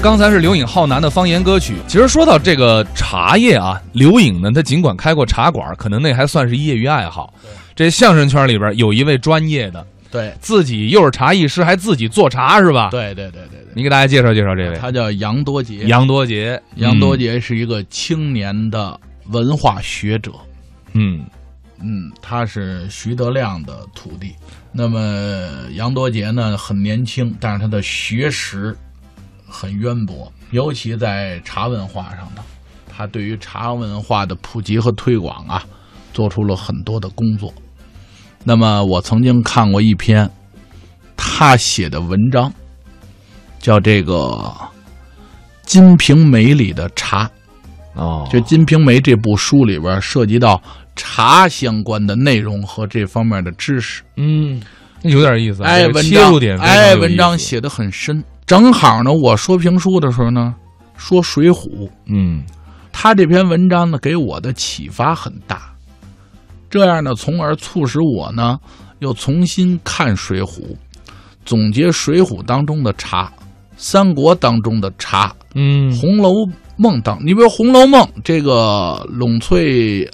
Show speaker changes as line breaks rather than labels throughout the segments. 刚才是刘颖浩南的方言歌曲。其实说到这个茶叶啊，刘颖呢，他尽管开过茶馆，可能那还算是业余爱好。这相声圈里边有一位专业的，
对
自己又是茶艺师，还自己做茶是吧？
对对对对对，
你给大家介绍介绍这位
他叫杨多杰。
杨嗯多杰。
杨多杰是一个青年的文化学者，
嗯，
嗯，他是徐德亮的徒弟。那么杨多杰呢，很年轻，但是他的学识很渊博，尤其在茶文化上呢，他对于茶文化的普及和推广啊，做出了很多的工作。那么我曾经看过一篇他写的文章，叫这个《金瓶梅》里的茶。
嗯哦，
就《金瓶梅》这部书里边涉及到茶相关的内容和这方面的知识。
嗯，那有点意思啊。
哎，
这个
文
切
章
入点，
哎，文章，写的很深。正好呢，我说评书的时候呢，说《水浒》，
嗯
他这篇文章呢给我的启发很大，这样呢，从而促使我呢又重新看《水浒》，总结《水浒》当中的茶，《三国》当中的茶，
嗯
《红楼梦》当，你比如《红楼梦》这个陇翠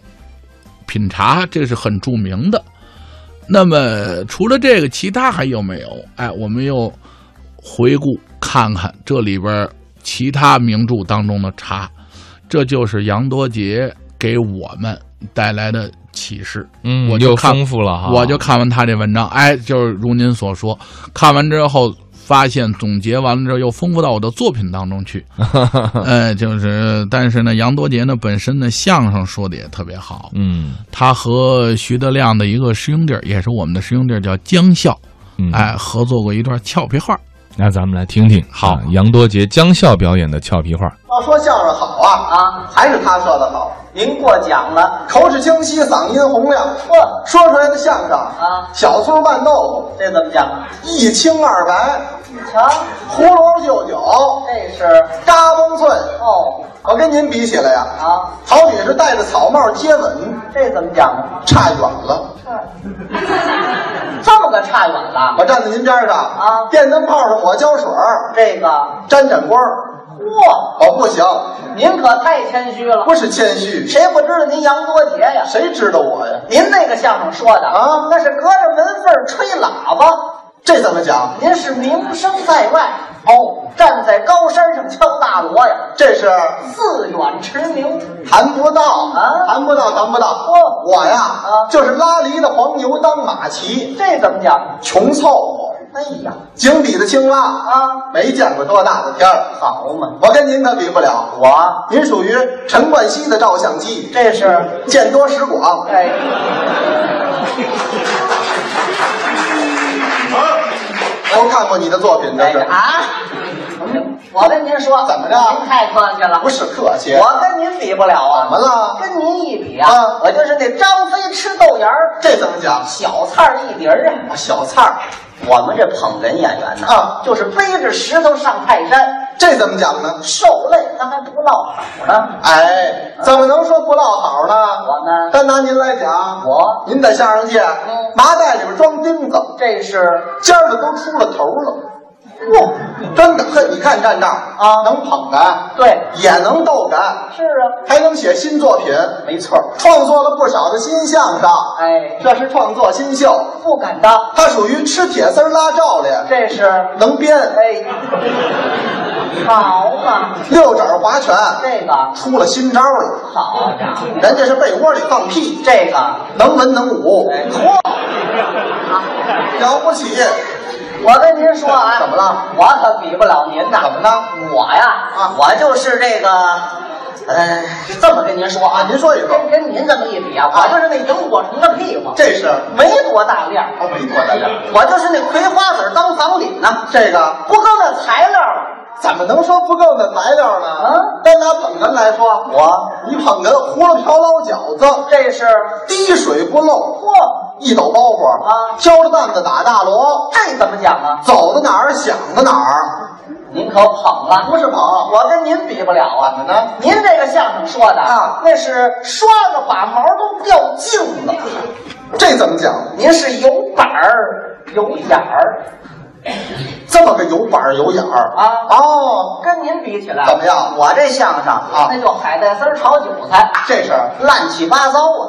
品茶，这是很著名的。那么除了这个，其他还有没有？哎，我们又回顾看看这里边其他名著当中的茶，这就是杨多杰给我们带来的启示。
嗯，
我就
又
看
丰富了哈。
我就看完他这文章，哎，就是如您所说，看完之后发现总结完了之后，又丰富到我的作品当中去。呃，就是，但是呢，杨多杰呢本身呢相声说的也特别好，
嗯
他和徐德亮的一个师兄弟儿，也是我们的师兄弟儿，叫江笑，
嗯，
哎，合作过一段俏皮话。
那咱们来听听
好
啊杨多杰江笑表演的俏皮话。
要说相声好啊
啊，
还是他说的好，
您过奖了，
口齿清晰，嗓音洪亮，
嚯
说出来的相声
啊
小葱拌豆腐，
这怎么讲？啊
一清二白，
你瞧，
葫芦绣酒，
这是
嘎嘣脆。
哦
我跟您比起来呀、
啊，
好比是戴着草帽接吻，
这怎么讲？
差远了。
这么个差远了，
我站在您边上
啊
电灯泡上火浇水，
这个
沾沾光，
哦嚯，
我不行，
您可太谦虚了。
不是谦虚，
谁不知道您杨多杰呀？
谁知道我呀？
您那个相声说的
啊
那是隔着门缝儿吹喇叭。
这怎么讲？
您是名声在外哦，站在高山上敲大锣呀，
这是
自远驰名。
谈不到
啊
谈不到，谈不到。
哦
我呀，
啊
就是拉犁的黄牛当马骑，
这怎么讲？
穷凑合，
哎呀，
井底的青蛙
啊，
没见过多大的天儿。
好嘛，
我跟您可比不了，
我
您属于陈冠希的照相机，
这是
见多识广。
哎，
我看过你的作品，这
哎
是、
啊！我跟您说，
怎么着
您太客气了，
不是客气？
我跟您比不了啊，
怎么了
跟您一比啊，
啊
我就是那张飞吃豆芽儿，
这怎么讲？
小菜儿一碟儿啊。
小菜儿，
我们这捧哏演员呢，
啊
就是背着石头上泰山，
这怎么讲呢？
受累那还不落好呢。
哎，怎么能说不落好呢？
我呢
单拿您来讲，
我
您在相声界，
嗯
麻袋里边装钉子，
这是
尖儿的都出了头了。
嚯，
真的，嘿，你看站这儿
啊
能捧哏，
对，
也能逗哏，
是啊，
还能写新作品，
没错儿。
创作了不少的新相声。
哎，
这是创作新秀，
不敢当，
他属于吃铁丝儿拉罩脸，
这是
能编，
哎，好嘛，
六爪划拳，
这个
出了新招了。
好家伙，
人家是被窝里放屁，
这个
能文能武，
哎嚯。
了不起。
我跟您说啊，
怎么了？
我可比不了您呐。
怎么呢？
我呀，
啊
我就是这个，呃，这么跟您说啊，
您说一说
跟跟您这么一比啊，
啊
我就是那萤火虫的屁股，
这是
没多大量，
我没多大点，
我就是那葵花籽当房顶呢，
这个
不够那材料了。
怎么能说不够那材料呢？
啊
单拿捧哏来说，
我
你捧哏葫芦瓢捞饺子，
这是
滴水不漏，
嚯，
一抖包袱
啊
挑着担子打大锣，
这怎么讲啊？
走到哪儿想到哪儿，
您可捧了，
不是捧。
我跟您比不了啊。
怎么呢？
您这个相声说的
啊
那是刷子把毛都掉净了。
这怎么讲？
您是有板儿有眼儿，
这这么个有板儿有眼儿
啊
哦，
跟您比起来，
怎么样
我这相声
啊
那就海带丝儿炒韭菜，
这事儿，
乱七八糟 啊！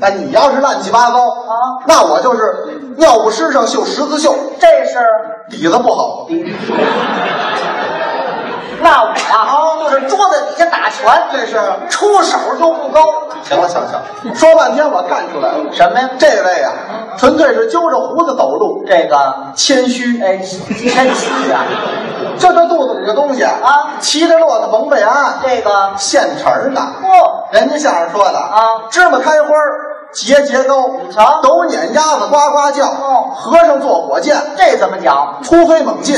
那哎你要是乱七八糟
啊
那我就是尿不湿上绣十字绣，
这事儿，
底子不好。
那我啊，就是桌子底下打拳，
这是
出手就不高。
行了，行了行了，说半天我干出来了。
什么呀？
这位啊，纯粹是揪着胡子走路，
这个，
谦虚。
哎，真虚啊！
这这肚子里的东西
啊
骑着骆驼甭备鞍，
这个，
现成儿的。
嚯、
人家相声说的
啊
芝麻开花儿节节高，
你瞧
斗撵鸭子呱呱叫，
哦
和尚坐火箭，
这怎么讲？
突飞猛进。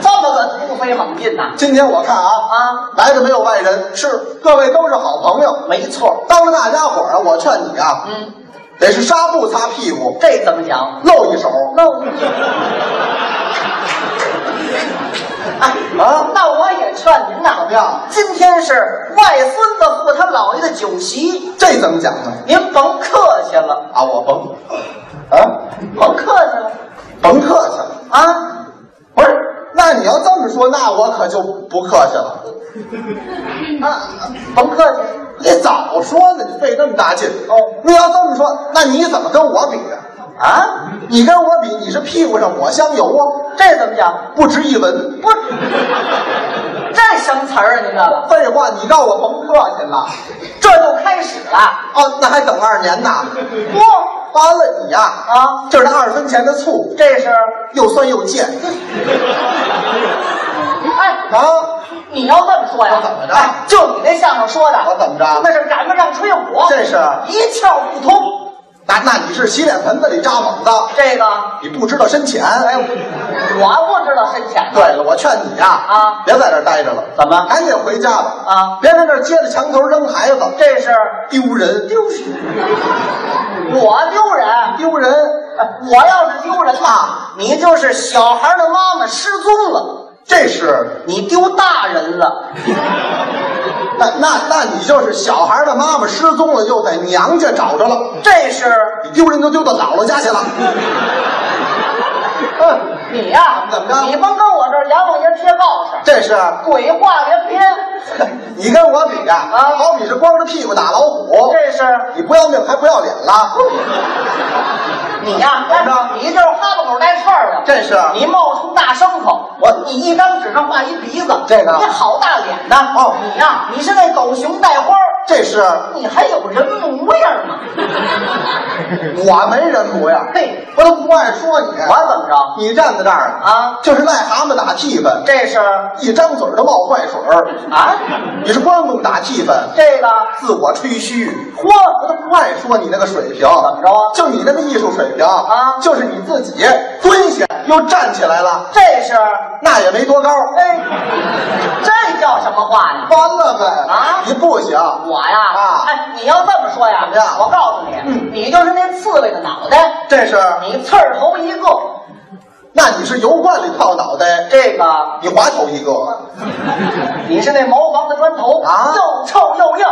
这么个突飞猛进呐、
今天我看啊
啊，
来的没有外人，是各位都是好朋友，
没错，
当着大家伙儿啊，我劝你啊，
嗯，
得是纱布擦屁股，
这怎么讲？
露一手
那我， 哎，
啊，
那我也劝您呐，
怎么样？
今天是外孙子赴他姥爷的酒席，
这怎么讲呢？
您甭客气了，
啊，我甭，啊，
甭客气了
甭客气了。
啊！
不是，那你要这么说，那我可就不客气了。
啊，甭客气。
你早说呢，你费那么大劲。
哦
你要这么说，那你怎么跟我比呀、
啊，
你跟我比，你是屁股上抹香油啊，
这怎么讲？
不值一文。
不，这什么词儿啊？您这个，
废话，你告诉我甭客气了。
这就开始了。
哦，那还等二年呢？
嚯
完了你呀、
啊
这是那二分钱的醋，
这是，
又酸又贱
哎，
啊！
你要这么说呀？
我怎么着
哎就你那相声说的，
我怎么着
那是擀巴上吹火，
这是
一窍不通。
那那你是洗脸盆子里扎猛子，
这个，
你不知道深浅。
哎，我不知道深浅
对
的。
了，我劝你呀、
啊
别在这儿待着了。
怎么
赶紧回家吧！
啊
别在这儿接着墙头扔孩子，
这是
丢人
丢人，我丢人，
丢人！
哎我要是丢人了，你就是小孩的妈妈失踪了，
这是
你丢大人了。
那那那你就是小孩的妈妈失踪了，又在娘家找着了，
这是
你丢人都丢到姥姥家去了。嗯，
你呀、
怎么着
你甭跟我这儿阎王爷贴告示，
这 是
鬼话 连篇。
你跟我比呀、
啊
好比是光着屁股打老虎，
这是
你不要命还不要脸 了，
你呀、
怎么着
你就是哈巴狗带串儿的，
这是啊
你冒充大牲口，
我
你一张纸上画一鼻子，
这个
你好大脸呐！
哦
你呀、你是那狗熊带花儿，
这是
你还有人模样吗？
我没人模样，
嘿，
我都不爱说你，
我怎么着？
你站在这儿
啊
就是癞蛤蟆打气氛，
这是啊，
一张嘴儿都冒坏水儿，你是关公打气氛，
这个
自我吹嘘。我
嚯，
都不爱说你那个水平，怎
么着啊
就你那个艺术水平
啊
就是你自己蹲下又站起来了，
这是
那也没多高，
哎，这叫什么话呀？
完了呗
啊
你不行，
我呀，
啊
哎，你要这么说呀
怎么，样
我告诉你，
嗯啊
你就是那刺猬的脑袋，
这是，
你刺儿头一个，
那你是油罐里泡脑袋，
这个
你滑头一个，
你是那茅房的砖头
啊
又臭又硬。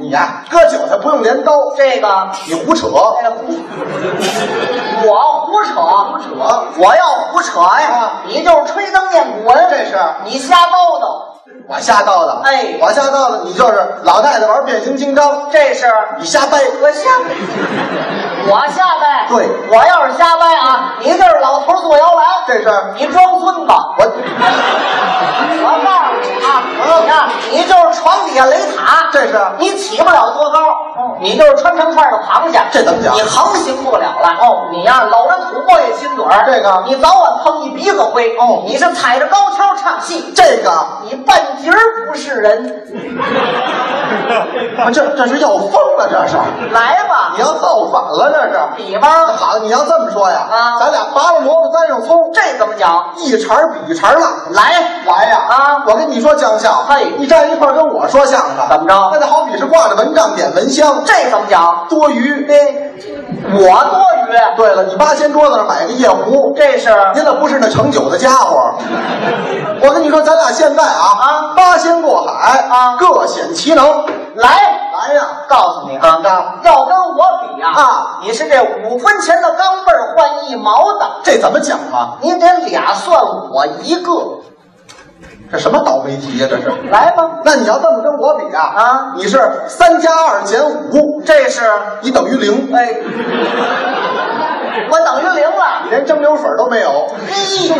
你呀、割韭菜不用镰刀，
这个，
你胡扯，
哎胡我胡扯，
扯
我要胡扯呀
啊！
你就是吹灯念古文，
这是
你瞎叨叨，
我瞎叨叨，
哎
我瞎叨叨，你就是老太太玩变形金刚，
这是
你瞎掰，
我瞎掰，我瞎掰。
对
我要是瞎掰啊，你就是老头坐摇篮，
这是
你装孙子。
我，
我告诉你啊，你呀、你就是床底下垒塔，
这是哦
你起不了多高，你就是穿成串的螃蟹，
这怎么讲
你横行不了了。哦，你呀、搂着土拨也亲嘴儿，
这个
你早晚碰一鼻子灰。
哦
你是踩着高跷唱戏，
这个
你半截儿不是人。
啊，这这是要疯了，这是。
来吧
你，要造反了，这是。
比吧，
好，你要这么说呀，
啊
咱俩拔了萝卜栽上葱，
这怎么讲？
一茬儿比一茬儿辣。
来，
来呀，
啊
我跟你说，江笑，
嘿
你站一块儿跟我说相声，
怎么着
那就好比是挂着蚊帐点蚊香，
这怎么讲？
多余。
我多余，
对了，你八仙桌子上买个夜壶，
这是
您那不是那盛酒的家 伙。我跟你说，咱俩现在啊
啊
八仙过海
啊
各显其能。
来。
玩呀？
告诉你啊，
啊
要跟我比啊，
啊
你是这五分钱的钢镚儿换一毛的，
这怎么讲啊？
你得俩算我一个，
这什么倒霉题呀？这是。
来吧。
那你要这么跟我比啊？
啊
你是三加二减五，
这是，
你等于零，
哎，我等于零了
你。连蒸馏水都没有。
嘿，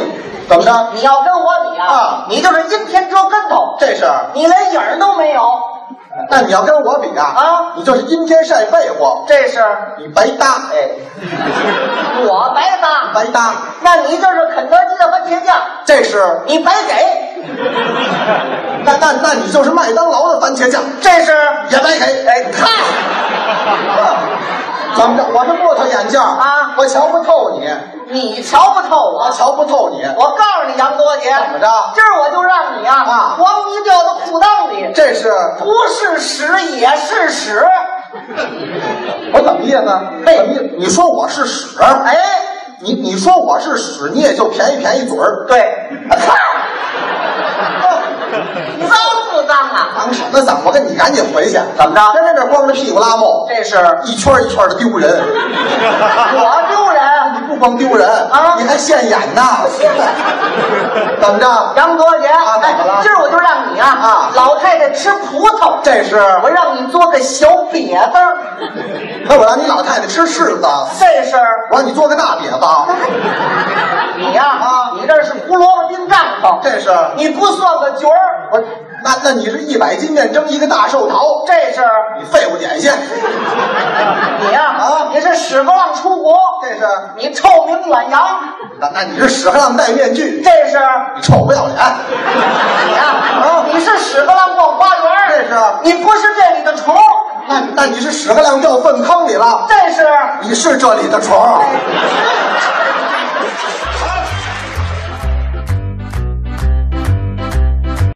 怎么着？
你要跟我比啊，
啊
你就是阴天遮跟头，
这是？
你连影儿都没有。
那你要跟我比啊？
啊
你就是阴天晒被窝，
这是，
你白搭，
哎，我白搭，
白搭。
那你就是肯德基的番茄酱，
这是？
你白给，
那那那你就是麦当劳的番茄酱，
这是，
也白给。
哎，嗨。
怎么着？我是木头眼镜儿
啊
我瞧不透你，
你瞧不透我
我，瞧不透你。
我告诉你，杨多杰，
怎么着
今儿我就让你啊，
啊
黄泥掉到裤裆里，
这是
不是屎也是屎。
我怎么意思？
哎
怎么意思？你说我是屎？啊
哎，
你你说我是屎，你也就便宜便宜嘴儿。哎
对，脏不脏啊？
挡什么挡？我跟你赶紧回去。
怎么着
别在这儿光着屁股拉磨，
这是
一圈一圈的丢 人。啊
我丢人。
不光丢人
啊
你还现眼 呐！怎么着？
杨多杰，
啊怎么了
哎，今儿我就让你啊，
啊
老太太吃葡萄，
这是
我让你做个小瘪子，
那我让你老太太吃柿子，
这是
我让你做个大瘪 子，
你呀、
啊
你这是胡萝卜钉帐篷，
这是
你不算个角儿，
我那那你是一百斤面蒸一个大寿桃，
这是
你废物点 心，
你呀
啊
你是屎壳郎出国，
这是
你臭名远扬，
那那你是屎壳郎戴面具，
这是
你臭不要脸，
你呀、啊你是屎壳郎逛花园，
啊这是
你不是这里的虫，
那那你是屎壳郎掉粪坑里了，
这是
你是这里的虫，